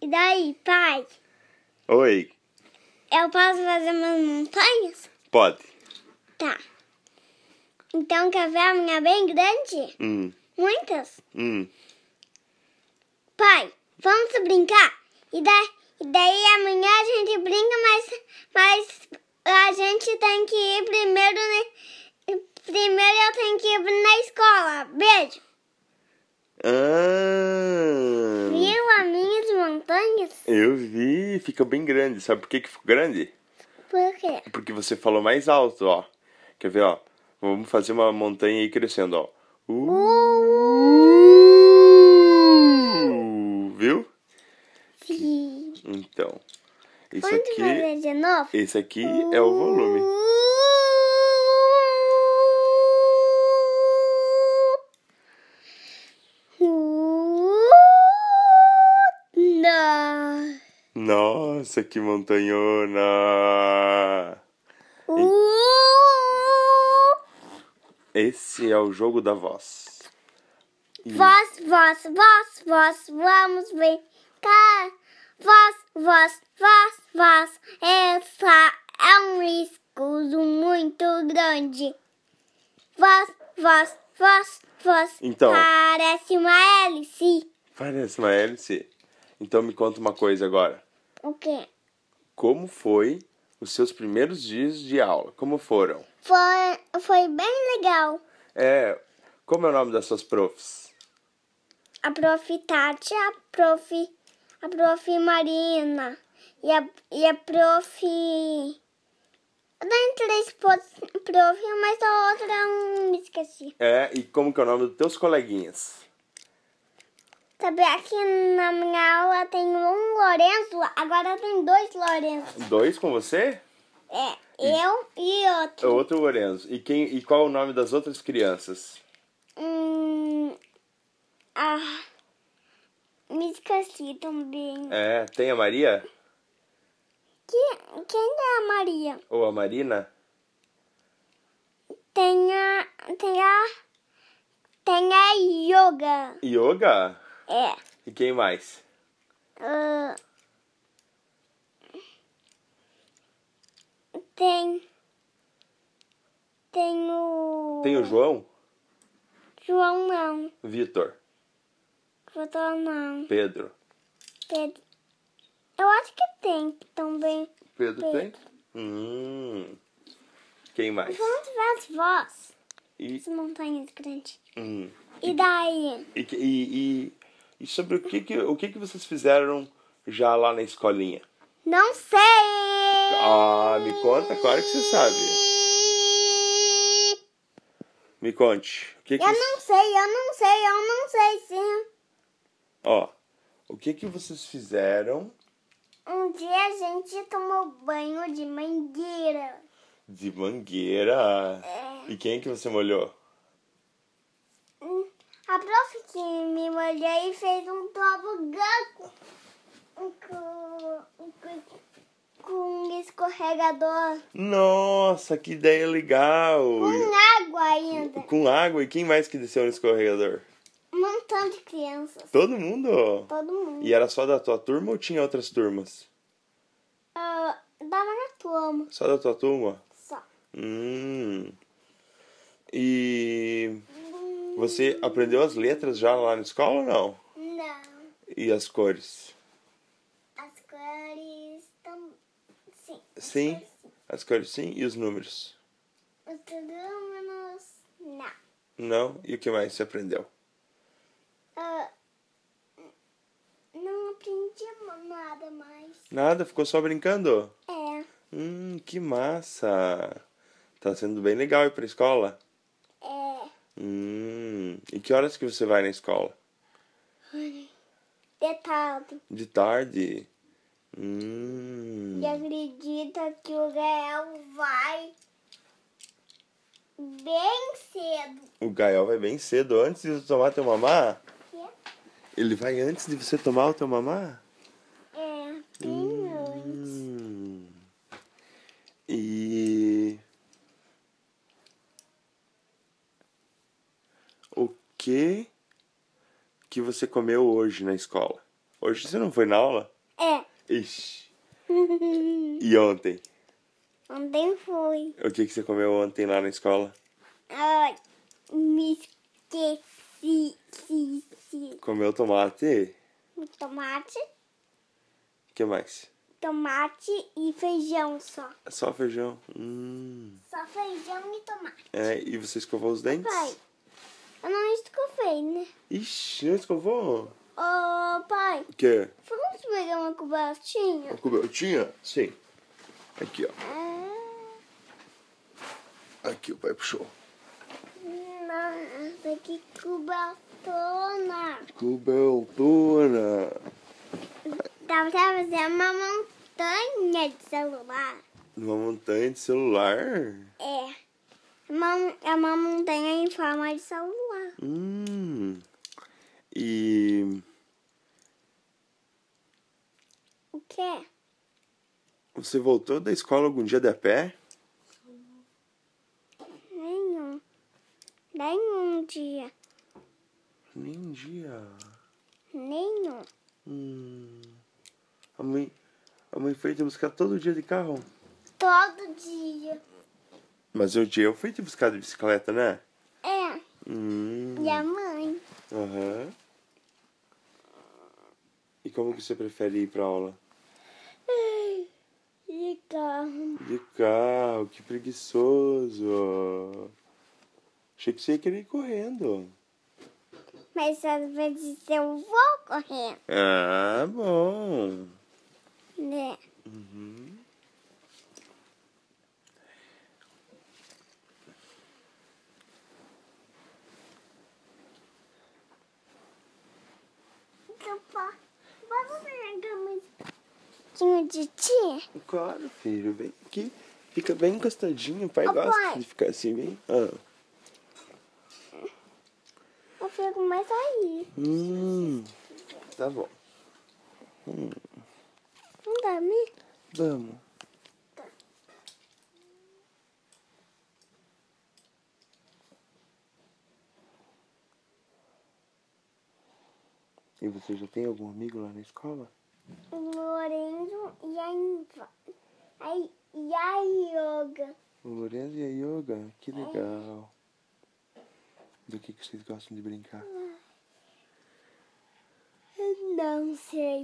E daí, pai? Oi, Eu posso fazer umas montanhas? pode. Tá. Então quer ver a minha bem grande? Hum, Muitas? hum. Pai, vamos brincar? E, da, e daí amanhã a gente brinca, mas, mas a gente tem que ir primeiro. Né? Primeiro eu tenho que ir na escola. Beijo. Ah, Viu as minhas montanhas? eu vi, ficou bem grande. Sabe por que, que ficou grande? Por quê? Porque você falou mais alto, ó. Quer ver, ó? Vamos fazer uma montanha aí crescendo, ó. Uh, viu? Sim. Então, isso Pode aqui, fazer de novo? esse aqui é o volume. Não. Nossa, que montanhona! Esse é o jogo da voz. Vós, vós, vós, vós, vamos brincar. Vós, vós, vós, vós, essa é um escudo muito grande. Vós, vós, vós, vós, Então. parece uma hélice. Parece uma hélice. Então me conta uma coisa agora. O quê? Como foi os seus primeiros dias de aula? Como foram? Foi, foi bem legal. É, como é o nome das suas profs? A prof. Tati, a prof. A prof. Marina e a, e a prof. Tem três po- prof, mas a outra eu me esqueci. É, e como que é o nome dos teus coleguinhas? Sabe, aqui na minha aula tem um Lourenço, agora tem dois Lourenço. Dois com você? É, eu e outro. Outro Lorenzo. E quem e qual é o nome das outras crianças? Hum, ah, me esqueci também. É, tem a Maria Que, quem é a Maria? ou a Marina? Tem a. Tem a. Tem a yoga. Yoga? É. E quem mais? ah, tem. Tem o. Tem o João, João não. Vitor, João não. Pedro. Pedro. Eu acho que tem também. Pedro Pedro. tem? Hum. Quem mais? Vamos ver as vozes. E, As montanhas grandes. hum. E daí? E, que- e, e, e sobre o que, que, o que, que vocês fizeram já lá na escolinha? Não sei! Ah, me conta, claro que você sabe. Me conte. O que que, Eu não sei, eu não sei, eu não sei se ó, o que, que vocês fizeram um dia a gente tomou banho de mangueira. de mangueira? É. E quem que você molhou? Hum, A prof que me molhou e fez um tobogã com, com, com, um com um escorregador. Nossa, que ideia legal! Com água ainda. Com água e quem mais que desceu no escorregador? Um montão de crianças. Todo mundo? Todo mundo. E era só da tua turma ou tinha outras turmas? Ah, dava na turma Só da tua turma? só. Hum. E você aprendeu as letras já lá na escola ou não? Não. E as cores? As cores estão. Sim. Sim. As cores sim e os números? Os números. Não. Não? E o que mais você aprendeu? Ah, não aprendi nada mais. Nada, ficou só brincando? É, Hum, que massa! Tá sendo bem legal ir pra escola? é. Hum. E que horas que você vai na escola? Detalhe. De tarde? Hum. E acredita que o Gael vai bem cedo. O Gael vai bem cedo antes de você tomar teu mamá? Quê? Ele vai antes de você tomar o teu mamá? É, bem antes. Hum. E. O que que você comeu hoje na escola? Hoje você não foi na aula? É. Ixi. E ontem? Ontem foi. O que, que você comeu ontem lá na escola? Ai, me esqueci. Si, si. Comeu tomate? Tomate, O que mais? tomate e feijão só. Só feijão. Hum. Só feijão e tomate. É, e você escovou os dentes? Pai, eu não escovei, né? Ixi, não escovou? Ô, pai, O quê? vamos pegar uma cubatinha? Uma cobertinha? Sim. Aqui, ó. Ah, Aqui o pai puxou. nossa, que cubatona. Cobertona. Dá pra fazer uma montanha de celular. Numa montanha de celular? É. Uma, é uma montanha em forma de celular. Hum. E O quê? você voltou da escola algum dia de a pé? Nenhum. Nenhum dia. Nem um dia. Nenhum. Hum. A mãe, a mãe foi te buscar todo dia de carro. Todo dia. Mas um dia eu fui te buscar de bicicleta, né? É. Hum. E a mãe? Aham. E como que você prefere ir pra aula? De carro. De carro, que preguiçoso. Achei que você ia querer ir correndo. Mas às vezes eu vou correr, Ah, bom. né? Então, pá, vamos pegar um pouquinho de tia? Claro, filho, vem aqui. Fica bem encostadinho, o pai Ô, gosta pai. de ficar assim, bem. Ah. Eu fico mais aí. Hum, tá bom. Não dá, né? me? Vamos. E você já tem algum amigo lá na escola? O Lorenzo e a Inva. Aí, e a Yoga. O Lorenzo e a Yoga? Que legal. Do que, que vocês gostam de brincar? Eu não sei. É, É? Então tá,